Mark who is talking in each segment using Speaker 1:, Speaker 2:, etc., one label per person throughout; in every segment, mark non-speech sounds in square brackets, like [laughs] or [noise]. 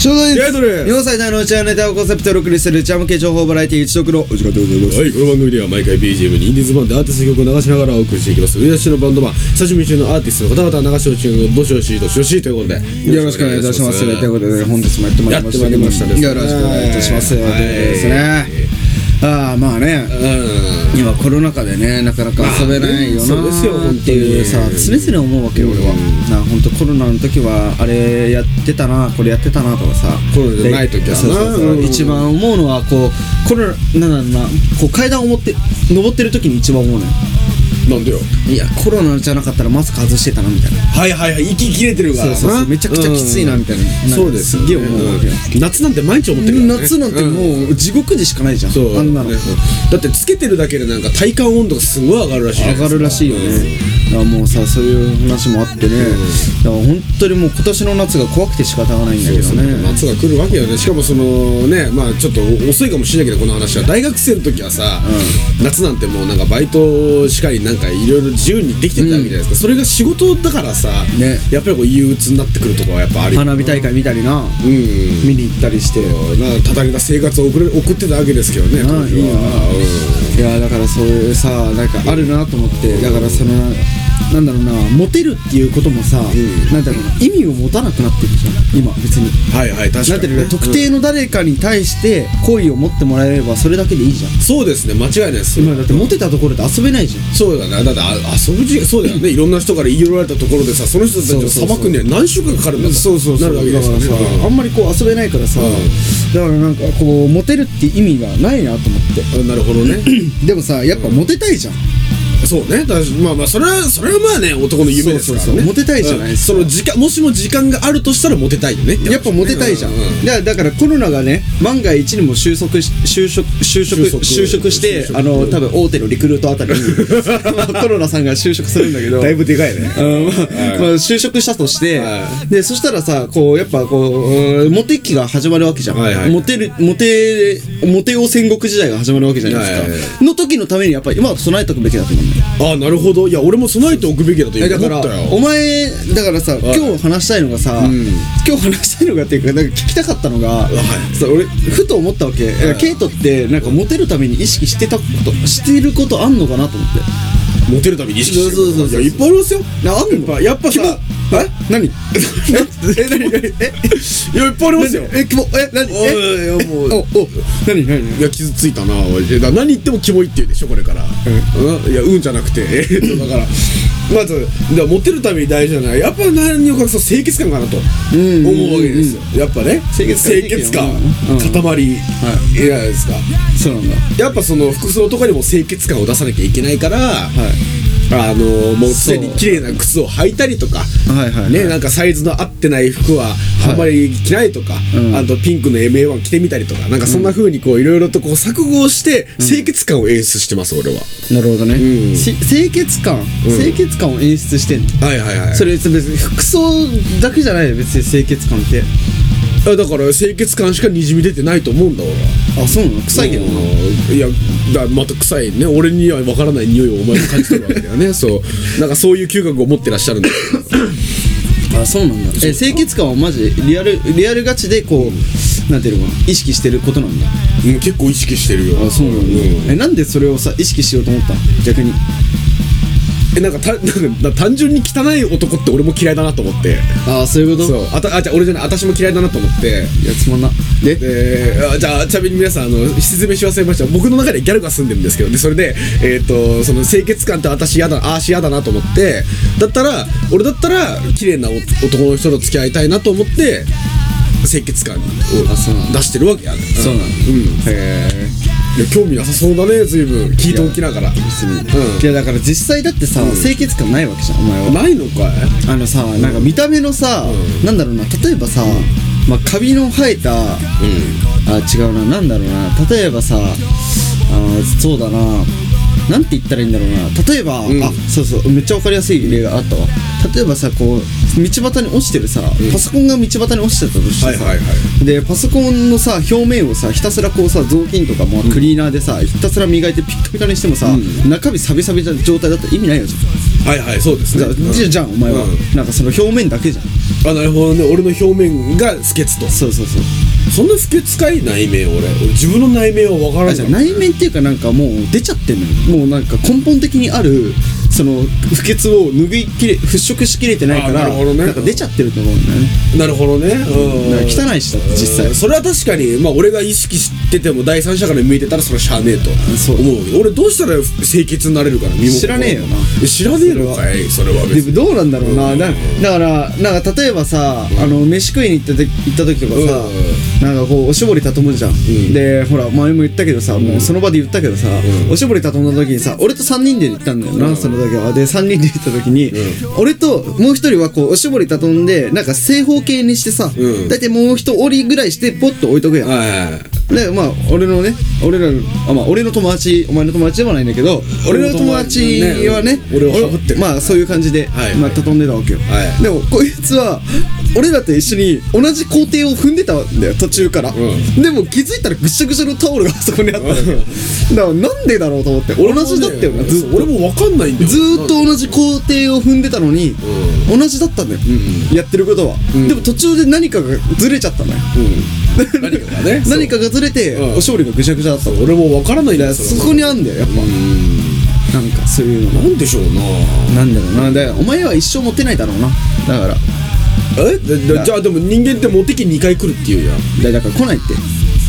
Speaker 1: ちょうどいい
Speaker 2: イトル
Speaker 1: 日本最大のうちわネタをコンセプトでお送りするうちわ向け情報バラエティ一読の
Speaker 2: お時間でございます、はい、この番組では毎回 BGM にインディーズバンドアーティストの曲を流しながらお送りしていきます売り出しのバンドマン久しぶり中のアーティストの方々流しを中どしどしどしどしということで
Speaker 1: よろしくお願いいたします。ということで、本日もやってまいりましたけども
Speaker 2: やってまいりましたですね
Speaker 1: よろしくお願いいたします。
Speaker 2: はい
Speaker 1: ですね。ああ、まあね。
Speaker 2: う
Speaker 1: 今コロナ禍でね、なかなか遊べないよな
Speaker 2: まあねそうですよ
Speaker 1: ーっていうさ、
Speaker 2: 本当に
Speaker 1: 常々思うわけよ、俺は。な本当コロナの時は、あれやってたな、これやってたなとかさ。
Speaker 2: コロナじゃない時はな
Speaker 1: そうそうそう
Speaker 2: うん
Speaker 1: 一番思うのは、こう、コロナ、なんだろうな、こう階段を持って、登ってる時に一番思うのよ。
Speaker 2: んなんでよ
Speaker 1: いや、コロナじゃなかったらマスク外してたな、みたいな。
Speaker 2: はいはいはい息切れてるか
Speaker 1: そ
Speaker 2: ら
Speaker 1: うそうそうめちゃくちゃきついなみたいななんか
Speaker 2: そうです
Speaker 1: すげえ思うわけよ
Speaker 2: うん夏なんて毎日思ってるからね
Speaker 1: 夏なんて
Speaker 2: うん
Speaker 1: もう地獄でしかないじゃん、
Speaker 2: そう
Speaker 1: あんなの、
Speaker 2: ねだってつけてるだけでなんか体感温度がすごい上がるらしいじゃ
Speaker 1: 上
Speaker 2: ないで
Speaker 1: が
Speaker 2: すか
Speaker 1: るらしいよねだからもうさそういう話もあってね、だから本当にもう今年の夏が怖くて仕方がないんだけど
Speaker 2: そう
Speaker 1: ね
Speaker 2: 夏が来るわけよねしかもそのねまあちょっと遅いかもしれないけどこの話は大学生の時はさ、夏なんてもうなんかバイトしかりなんかいろいろ自由にできてたわけじゃないですか、それが仕事だからさ、
Speaker 1: ね
Speaker 2: やっぱりこう憂鬱になってくるとこはやっぱあるよ
Speaker 1: 花火大会見たりな、
Speaker 2: うん
Speaker 1: 見に行ったりして
Speaker 2: なんか叩きた生活を送れ送ってたわけですけどね
Speaker 1: な
Speaker 2: 当時
Speaker 1: いいよない
Speaker 2: はい
Speaker 1: やだからそういうさなんかあるなと思ってだからそのなんだろうなモテるっていうこともさ、なんだろうな意味を持たなくなってるじゃん今別に
Speaker 2: うんはいはい確
Speaker 1: なん
Speaker 2: かに
Speaker 1: て
Speaker 2: ね、
Speaker 1: いうの特定の誰かに対して好意を持ってもらえればそれだけでいいじゃん
Speaker 2: そうですね間違いないです
Speaker 1: 今だってモテたところで遊べないじゃん
Speaker 2: そうだねだってあ遊ぶ時間そうだよねいろんな人から言い寄られたところでさその人たちを裁くには何週間かかるんだそうそうなるわけ
Speaker 1: だ
Speaker 2: で
Speaker 1: か
Speaker 2: す
Speaker 1: らさ
Speaker 2: よね
Speaker 1: あんまりこう遊べないからさ、
Speaker 2: ん
Speaker 1: だからなんかこうモテるって意味がないなと思っ
Speaker 2: あなるほど
Speaker 1: [clears throat]
Speaker 2: ね
Speaker 1: てでもさやっぱモテたいじゃん、
Speaker 2: そうねだからまあまあそれはそれはまあね男の夢ですからね
Speaker 1: そうそうそうモテたいじゃない
Speaker 2: うん
Speaker 1: ですか
Speaker 2: その時間もしも時間があるとしたらモテたいよね
Speaker 1: やっぱモテたいじゃん、
Speaker 2: ううう
Speaker 1: だだからコロナがね万が一にも収束し就職就職
Speaker 2: 就職
Speaker 1: 就職して
Speaker 2: 就職
Speaker 1: あの多分大手のリクルートあたり
Speaker 2: [laughs]
Speaker 1: にコロナさんが就職するんだけど
Speaker 2: だいぶでかいね
Speaker 1: あのまあまあ就職したとして、
Speaker 2: は
Speaker 1: でそしたらさこうやっぱこううんモテ期が始まるわけじゃん、
Speaker 2: はいはい
Speaker 1: モテるモテモテ王戦国時代が始まるわけじゃないですか、
Speaker 2: はいはいは
Speaker 1: の時のためにやっぱり今は備えておくべきだと思うんだよ
Speaker 2: あなるほどいや俺も備えておくべきだと
Speaker 1: え
Speaker 2: 今
Speaker 1: だ
Speaker 2: 思
Speaker 1: か
Speaker 2: っ
Speaker 1: ら
Speaker 2: た
Speaker 1: お
Speaker 2: よ
Speaker 1: 前だからさ今
Speaker 2: い
Speaker 1: 日話したいのがさ、今日話したいのがっていうかなんか聞きたかったのが、さ俺ふと思ったわけ、ケイトってなんかモテるために意識してたことしてることあんのかなと思って
Speaker 2: モテるために意識してる
Speaker 1: そうそうそうそう
Speaker 2: いやいっぱいありますよ
Speaker 1: なあんの
Speaker 2: やっぱさ
Speaker 1: キモえ
Speaker 2: [laughs]
Speaker 1: 何え何何え
Speaker 2: いやいっぱいありますよ
Speaker 1: 何え、キモ、え、何
Speaker 2: おいい
Speaker 1: え、
Speaker 2: やもう
Speaker 1: お、お、何何
Speaker 2: いや傷ついたなおいえだ何言ってもキモいって言うでしょこれから、うん、いやうんじゃなくてえーとだからまずだからモテるために大事なのはやっぱ何を隠そう清潔感かなと思うわけですよ、やっぱね
Speaker 1: 清潔感
Speaker 2: 清潔
Speaker 1: う
Speaker 2: 感
Speaker 1: ん
Speaker 2: 塊、い、いじゃないですか
Speaker 1: そうなんだ。
Speaker 2: やっぱその服装とかにも清潔感を出さなきゃいけないから、あのもう常に綺麗な靴を履いたりとか、
Speaker 1: はいはいはい
Speaker 2: ね、なんかサイズの合ってない服はあんまり着ないとか、
Speaker 1: うん
Speaker 2: あとピンクの MA1 着てみたりとかなんかそんな風にこういろいろとこう錯誤をして清潔感を演出してます、俺は
Speaker 1: なるほどね。
Speaker 2: うん
Speaker 1: し清潔感、清潔感を演出してんの。
Speaker 2: はいはいはい
Speaker 1: それ別に服装だけじゃないよ、別に清潔感って。
Speaker 2: あだから清潔感しかにじみ出てないと思うんだ俺は
Speaker 1: あ、そうなの臭いけどな。
Speaker 2: うんいやだまた臭いね俺には分からない匂いをお前が感じてるわけだよねそうなんかそういう嗅覚を持ってらっしゃるんだけど
Speaker 1: あ、そうなんだ。え、清潔感はマジ、リアル、リアルガチでこう、なんていうのかな、意識してることなんだ。
Speaker 2: うん、結構意識してるよ
Speaker 1: あ、そうなん
Speaker 2: ん
Speaker 1: だ。え、なんでそれをさ、意識しようと思ったの逆に。
Speaker 2: えなんかた [laughs] なんか単純に汚い男って俺も嫌いだなと思って
Speaker 1: あ、そういうこ
Speaker 2: そ
Speaker 1: と
Speaker 2: うあたあじゃあ俺じゃない私も嫌いだなと思って
Speaker 1: いや、つまんな。
Speaker 2: であじゃあちなみに皆さんあの質詰めし忘れました僕の中でギャルが住んでるんですけどでそれで、えー、とその清潔感って私嫌だああし嫌だなと思ってだったら俺だったら綺麗なお男の人と付き合いたいなと思って清潔感を
Speaker 1: あそうなんだ
Speaker 2: 出してるわけやね
Speaker 1: そうなんだ
Speaker 2: うんへえ興味なさそうだね随分聞いておきながら
Speaker 1: 別に、
Speaker 2: うん
Speaker 1: いやだから実際だってさ、清潔感ないわけじゃんお前は、
Speaker 2: ないのかい
Speaker 1: あのさなんか見た目のさ、なんだろうな例えばさ、まあ、カビの生えた、あ違うななんだろうな例えばさあーそうだななんて言ったらいいんだろうな例えば、
Speaker 2: ん
Speaker 1: あそうそうめっちゃ分かりやすい例があったわ例えばさこう道端に落ちてるさ、パソコンが道端に落ちてたとしてさ、
Speaker 2: はいはいは
Speaker 1: でパソコンのさ表面をさひたすらこうさ雑巾とかもクリーナーでさ、ひたすら磨いてピッカピカにしてもさ、中身サビサビな状態だったら意味ないよじゃん
Speaker 2: はいはいそうです
Speaker 1: じ
Speaker 2: ね
Speaker 1: ゃあじゃあじゃあお前は、
Speaker 2: うん
Speaker 1: なんかその表面だけじゃん
Speaker 2: あなるほどね俺の表面が不潔と
Speaker 1: そうそうそう
Speaker 2: そんな不潔かい内面俺俺自分の内面は分から
Speaker 1: あ
Speaker 2: ん
Speaker 1: じ
Speaker 2: か
Speaker 1: ゃあ
Speaker 2: ら
Speaker 1: 内面っていうかなんかもう出ちゃってんのよもうなんか根本的にあるその不潔を拭いきれ払拭しきれてないか
Speaker 2: あ
Speaker 1: ら
Speaker 2: なるほどね
Speaker 1: んか出ちゃってると思うんだよね
Speaker 2: なるほどねうん
Speaker 1: だから汚いしだって実際
Speaker 2: うんそれは確かにまあ俺が意識してても第三者から見えてたらそれはしゃあねえと
Speaker 1: そう
Speaker 2: 思うけど俺どうしたら清潔になれるかな身も心も
Speaker 1: 知らねえよな
Speaker 2: え知らねえのかいそれは別
Speaker 1: で
Speaker 2: に
Speaker 1: もどうなんだろうななだからなんか例えばさ、あの飯食いに行った時行った時とかさ、なんかこうおしぼり頼むじゃん、でほら前も言ったけどさ、もうその場で言ったけどさ、おしぼり頼んだ時にさ俺と3人で行ったんだよな、その時はで3人で行った時に、俺ともう一人はこうおしぼり頼んでなんか正方形にしてさ、
Speaker 2: うん
Speaker 1: 大体もう一折りぐらいしてポッと置いとくやん、
Speaker 2: はい
Speaker 1: でまあ俺のね俺らのあまあ俺の友達お前の友達ではないんだけど俺の友達はね
Speaker 2: 俺をハブってる
Speaker 1: まあそういう感じで、
Speaker 2: はい
Speaker 1: まあ畳んでたわけよ、
Speaker 2: はい
Speaker 1: でもこいつは俺らと一緒に同じ工程を踏んでたんだよ途中から、
Speaker 2: う
Speaker 1: でも気づいたらぐしゃぐしゃのタオルがあそこにあったわけよだからなんでだろうと思って同じだったよなずっと
Speaker 2: 俺も分かんないんだよ
Speaker 1: ずーっと同じ工程を踏んでたのに、同じだったんだよ、やってることは、でも途中で何かがずれちゃったのよ
Speaker 2: うん何かがね
Speaker 1: [laughs] 何かがずれて、
Speaker 2: うん
Speaker 1: おしぼりがぐしゃぐしゃだったの
Speaker 2: 俺も分からないんだ
Speaker 1: だから
Speaker 2: よ
Speaker 1: そ
Speaker 2: れは
Speaker 1: こにあんだよやっぱなんかそういうの
Speaker 2: なんでしょう
Speaker 1: な
Speaker 2: な
Speaker 1: んだろうなだからお前は一生モテないだろうなだから
Speaker 2: えだだじゃあでも人間ってモテ期2回来るっていうやん
Speaker 1: だだから来ないって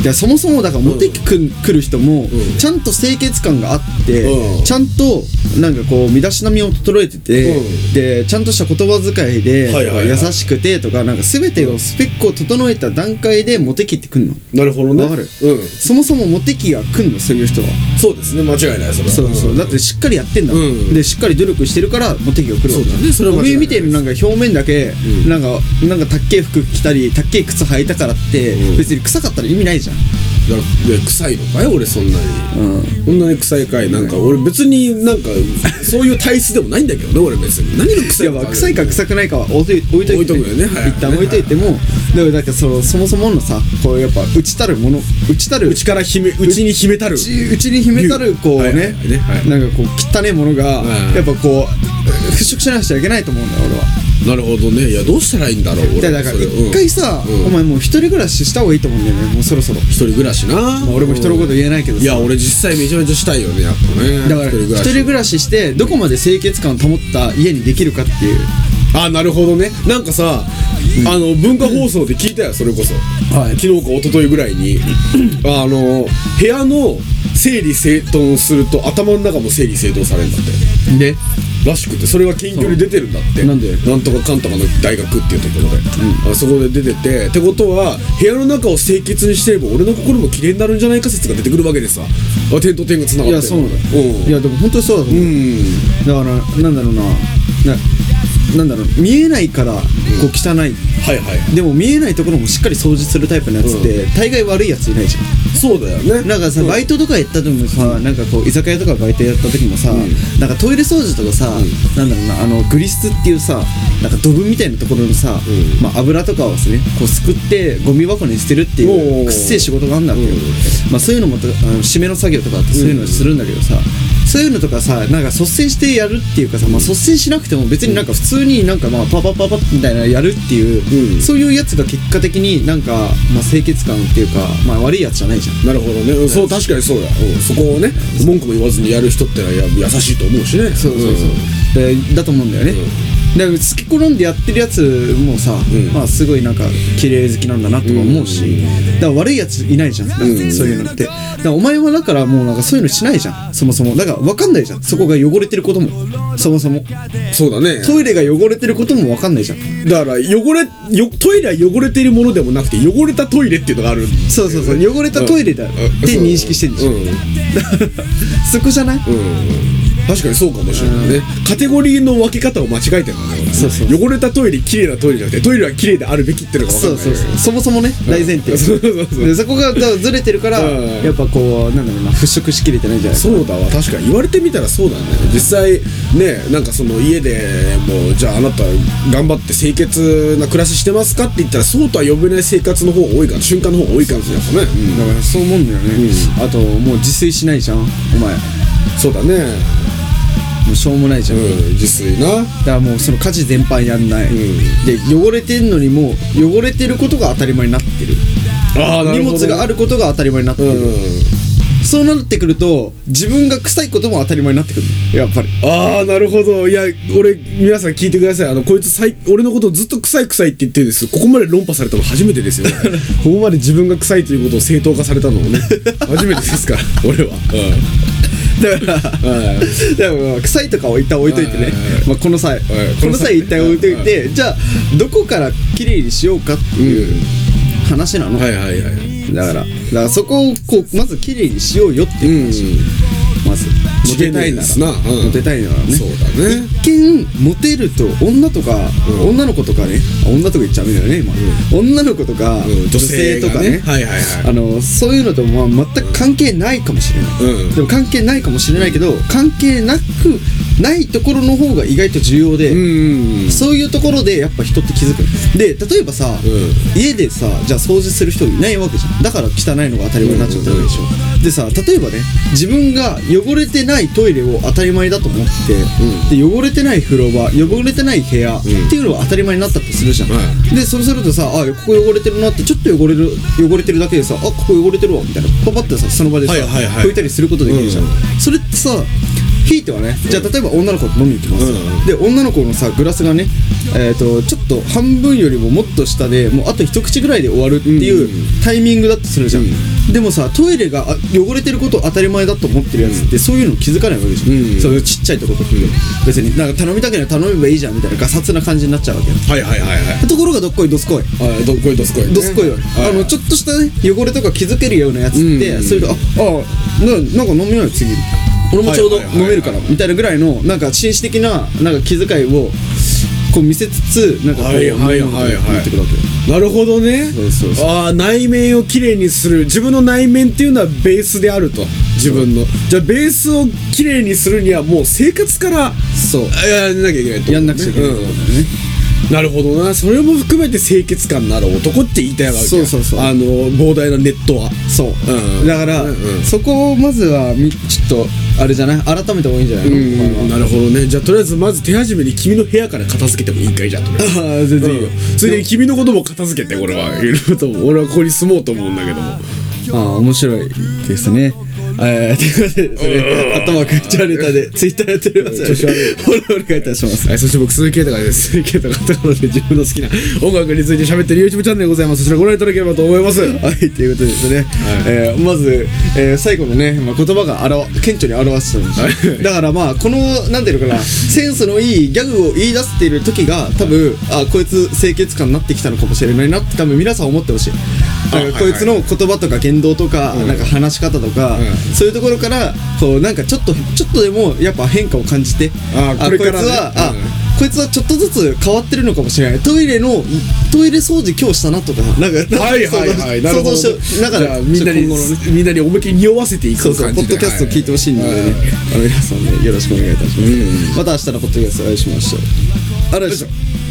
Speaker 1: いやそもそもだからモテきくん、来る人もちゃんと清潔感があって、
Speaker 2: うん
Speaker 1: ちゃんとなんかこう身だしなみを整えてて、
Speaker 2: うん
Speaker 1: でちゃんとした言葉遣いで、
Speaker 2: はいはいはい
Speaker 1: 優しくてとかなんか全てをスペックを整えた段階でモテ期って来んの
Speaker 2: なるほどね
Speaker 1: わかる
Speaker 2: うん
Speaker 1: そもそもモテ期が来んのそういう人は
Speaker 2: そうですね間違いないそれは
Speaker 1: そうそう、だってしっかりやってんだもん、
Speaker 2: うん
Speaker 1: でしっかり努力してるからもう敵が来るわけ
Speaker 2: そうだねそれは間違いない
Speaker 1: 見てるなんか表面だけ、なんかなんかたっけえ服着たりたっけえ靴履いたからって、
Speaker 2: うん
Speaker 1: 別に臭かったら意味ないじゃん
Speaker 2: だからいや臭いのかい俺そんなに
Speaker 1: うん
Speaker 2: こんなに臭いかいなんか俺別になんかそういう体質でもないんだけどね俺別に何が
Speaker 1: い
Speaker 2: 臭い
Speaker 1: や
Speaker 2: の
Speaker 1: まあ
Speaker 2: か
Speaker 1: 臭いか臭くないかは置いとい置いといて
Speaker 2: 置いとくよねはい
Speaker 1: 一旦置いといても、でもだってそのそもそものさこうやっぱ内たるもの内たる
Speaker 2: 内から秘め内に秘めたる
Speaker 1: 内内に秘めたるこう
Speaker 2: はいはいは
Speaker 1: ね
Speaker 2: いねはい
Speaker 1: なんかこう汚ねえものが
Speaker 2: はい
Speaker 1: やっぱこう払拭しなくちゃいけないと思うんだよ俺は
Speaker 2: [laughs] なるほどねいやどうしたらいいんだろう
Speaker 1: いや
Speaker 2: 俺
Speaker 1: だから
Speaker 2: それ
Speaker 1: 一回さ、
Speaker 2: うん
Speaker 1: お前もう一人暮らしした方がいいと思うんだよねもうそろそろ、
Speaker 2: 一人暮らしな、
Speaker 1: まあ俺も人のこと言えないけど
Speaker 2: い
Speaker 1: さ、
Speaker 2: や俺実際めちゃめちゃしたいよねやっぱね
Speaker 1: だから一人暮らししてどこまで清潔感を保った家にできるかっていう
Speaker 2: あなるほどねなんかさ、あの文化放送で聞いたよそれこそ、
Speaker 1: はい
Speaker 2: 昨日か一昨日ぐらいにあの部屋の整理整頓すると頭の中も整理整頓されるんだって
Speaker 1: で
Speaker 2: らしくてそれが研究に出てるんだって
Speaker 1: そうなんで
Speaker 2: なんとかかんとかの大学っていうところで、あそこで出ててってことは部屋の中を清潔にしてれば俺の心も綺麗になるんじゃないか説が出てくるわけですわあ点と点がつながって
Speaker 1: いやそうなんだ
Speaker 2: う
Speaker 1: い
Speaker 2: ん
Speaker 1: やでも本当にそうだと思う、
Speaker 2: うん
Speaker 1: だからなんだろうなななんだろう見えないからこう汚い、
Speaker 2: はいはい
Speaker 1: でも見えないところもしっかり掃除するタイプのやつって、大概悪いやついないじゃん
Speaker 2: そうだよね
Speaker 1: なんかさ、
Speaker 2: う
Speaker 1: バイトとか行った時もさ、なんかこう居酒屋とかバイトやった時もさ、なんかトイレ掃除とかさ、なんだろうなあのグリスっていうさなんかドブみたいなところのさ、
Speaker 2: う
Speaker 1: まあ、油とかをですねこうすくってゴミ箱に捨てるって
Speaker 2: お
Speaker 1: いう
Speaker 2: ー
Speaker 1: くっせえ仕事があるんだけど、
Speaker 2: うん
Speaker 1: まあ、そういうのもとあの締めの作業とかあってそういうのするんだけどさ、そういうのとかさなんか率先してやるっていうかさ、まあ、率先しなくても別になんか普通になんかまあパパパパみたいなのやるっていう、
Speaker 2: うん
Speaker 1: そういうやつが結果的になんか、まあ、清潔感っていうか、まあ、悪いやつじゃないじゃん
Speaker 2: なるほどね、うんそう確かにそうだ、うんそこをね文句も言わずにやる人ってのはや優しいと思うしね
Speaker 1: そうそうそう、でだと思うんだよね、で好き好んでやってるやつもさ、
Speaker 2: ん
Speaker 1: まあすごいなんか綺麗好きなんだなとか思うし、だから悪いやついないじゃん、そういうのってだからお前はだからもうなんかそういうのしないじゃんそもそもだから分かんないじゃんそこが汚れてることもそもそも
Speaker 2: そうだね
Speaker 1: トイレが汚れてることも分かんないじゃん
Speaker 2: だから汚れよトイレは汚れているものでもなくて汚れたトイレっていうのがある
Speaker 1: そうそうそう汚れたトイレだって認識してるじゃん、
Speaker 2: うんうん
Speaker 1: そこじゃない、
Speaker 2: 確かにそうかもしれないねカテゴリーの分け方を間違えてるんだね
Speaker 1: そうそう
Speaker 2: 汚れたトイレ綺麗なトイレじゃなくてトイレは綺麗であるべきっていうのが分か
Speaker 1: そ
Speaker 2: ん
Speaker 1: う
Speaker 2: ない
Speaker 1: そうそうそもそもね大前提
Speaker 2: そうそうそう
Speaker 1: でそこがだからずれてるから
Speaker 2: うん
Speaker 1: やっぱこうなんだろうな払拭しきれてないんじゃない
Speaker 2: そうだわ確かに言われてみたらそうだね実際ねなんかその家でもうじゃああなた頑張って清潔な暮らししてますかって言ったらそうとは呼べない生活の方が多いから瞬間の方が多い感じだったね、
Speaker 1: だからそう思うんだよね、あともう自炊しないじゃんお前
Speaker 2: そうだね
Speaker 1: もうしょうもないじゃん、だ
Speaker 2: うん自炊なうん
Speaker 1: からもうその家事全般やんない、
Speaker 2: ん
Speaker 1: で汚れてんのにもう汚れてることが当たり前になってる
Speaker 2: ああ
Speaker 1: 荷物があ
Speaker 2: る
Speaker 1: ることが当たり前になって
Speaker 2: う
Speaker 1: る、
Speaker 2: ん
Speaker 1: そうなってくると自分が臭いことも当たり前になってくるやっぱり
Speaker 2: ああなるほどいや俺皆さん聞いてくださいあのこいつ最俺のことずっと臭い臭いって言ってるんですここまで論破されたの初めてです [laughs] よここまで自分が臭いということを正当化されたのも [laughs] ね初めてですから俺は
Speaker 1: だからだか
Speaker 2: うんはい
Speaker 1: らまあ臭いとかを一旦置いといて
Speaker 2: はい
Speaker 1: ね
Speaker 2: はいはい、
Speaker 1: まあ、この際、
Speaker 2: い
Speaker 1: この際一旦置いとい
Speaker 2: は
Speaker 1: てじゃあどこから綺麗にしようかっていう話なの、
Speaker 2: はいはいはい
Speaker 1: だからだからそこをこうまず綺麗にしようよっていう話、まずモテたいな
Speaker 2: で
Speaker 1: ら
Speaker 2: すなうん
Speaker 1: モテたいならね
Speaker 2: そうだね
Speaker 1: 一見モテると女とか、女の子とかねあ女とか言っちゃうんだよね今、女の子とか、
Speaker 2: うん
Speaker 1: 女性とかね
Speaker 2: 女性がはいはいはい
Speaker 1: あのそういうのとまあ全く関係ないかもしれない、
Speaker 2: うん
Speaker 1: でも関係ないかもしれないけど関係なくないところの方が意外と重要で、
Speaker 2: うん
Speaker 1: そういうところでやっぱ人って気づくで例えばさ、
Speaker 2: う
Speaker 1: 家でさじゃあ掃除する人いないわけじゃんだから汚いのが当たり前になっちゃってるわけでしょ、でさ例えばね自分が汚れてないトイレを当たり前だと思って、で汚れてない風呂場汚れてない部屋、っていうのは当たり前になったってするじゃん、
Speaker 2: は
Speaker 1: でそうするとさあここ汚れてるなってちょっと汚れる汚れてるだけでさあここ汚れてるわみたいなパパってさその場でさ、
Speaker 2: はいはいはい
Speaker 1: 拭いたりすることできるじゃん、
Speaker 2: うん
Speaker 1: それってさひいてはねじゃあ例えば女の子と飲みに行きます、
Speaker 2: うん
Speaker 1: で女の子のさグラスがね、えー、とちょっと半分よりももっと下でもうあと一口ぐらいで終わるっていうタイミングだとするじゃん、でもさトイレがあ汚れてることを当たり前だと思ってるやつってそういうの気づかないわけじゃん、
Speaker 2: うん
Speaker 1: そういうちっちゃいとことか、別になんか頼みたくない頼めばいいじゃんみたいなガサツな感じになっちゃうわけよ
Speaker 2: はいはいはいはい
Speaker 1: ところがどっこいどすこい
Speaker 2: あどっこいどすこい
Speaker 1: どすこいよ、
Speaker 2: あ
Speaker 1: あの
Speaker 2: の
Speaker 1: ちょっとした、ね、汚れとか気づけるようなやつって、
Speaker 2: うん
Speaker 1: それでああななんか飲めない次俺もちょうど
Speaker 2: はいはいはいはい
Speaker 1: 飲めるからみたいなぐらいのなんか紳士的ななんか気遣いをこう見せつつなんかこう
Speaker 2: はいはいはいはい
Speaker 1: 言ってくるわけよ
Speaker 2: なるほどね
Speaker 1: そうそうそう
Speaker 2: ああ内面をきれいにする自分の内面っていうのはベースであると自分のじゃあベースをきれいにするにはもう生活から
Speaker 1: そう
Speaker 2: あやんなきゃいけないと
Speaker 1: やんなくちゃいけないってことだよね、
Speaker 2: うんなるほどなそれも含めて清潔感のある男って言いたいわけや
Speaker 1: そうそうそう
Speaker 2: あの膨大なネットは
Speaker 1: そう、
Speaker 2: うん
Speaker 1: だから、
Speaker 2: うんうん
Speaker 1: そこをまずはみちょっとあれじゃない改めた方がいいんじゃないの、お
Speaker 2: [laughs]
Speaker 1: 前は
Speaker 2: なるほどねじゃあとりあえずまず手始めに君の部屋から片付けてもいいかいじゃんとりあえず
Speaker 1: ああ全然いいよ、
Speaker 2: うんそれで君のことも片付けて俺はいると思う俺はここに住もうと思うんだけども
Speaker 1: ああ面白いですね。えー、ということで、それ、頭くっちゃネタで、ツイッターやっておりますので、
Speaker 2: 調子悪い
Speaker 1: フォローお願いいたします。
Speaker 2: はい、そして僕、鈴木啓太がです。鈴木啓太がところで自分の好きな音楽について喋ってる YouTube チャンネルでございます。そちらご覧いただければと思います。
Speaker 1: はい、ということでですね、えーまず、えー最後のね、まあ、言葉があらわ顕著に表してたんですよ
Speaker 2: はい
Speaker 1: だからまあ、この、なんていうのかな、センスのいいギャグを言い出している時が、多分、あ、こいつ清潔感になってきたのかもしれないなって、多分皆さん思ってほしい。だから
Speaker 2: あ
Speaker 1: こいつの言葉とか言動とか、なんか話し方とか、
Speaker 2: う
Speaker 1: そういうところから、こう、なんかちょっと、ちょっとでも、やっぱ変化を感じて、
Speaker 2: あこれからね
Speaker 1: こいつは、あ
Speaker 2: うん
Speaker 1: こいつはちょっとずつ変わってるのかもしれないトイレのトイレ掃除今日したなとかなんか
Speaker 2: はいはいはい、なるほど。
Speaker 1: 想像しなが
Speaker 2: じゃ
Speaker 1: ら
Speaker 2: あみんなに、
Speaker 1: 今後のね
Speaker 2: みんなに思いっきり匂わせていく
Speaker 1: そう
Speaker 2: 感じ
Speaker 1: そうポッドキャスト聞いてほしいんでね、
Speaker 2: はい
Speaker 1: あの皆さんねよろしくお願いいたします、
Speaker 2: うん
Speaker 1: また明日のポッドキャストお会いしましょうありがとうございました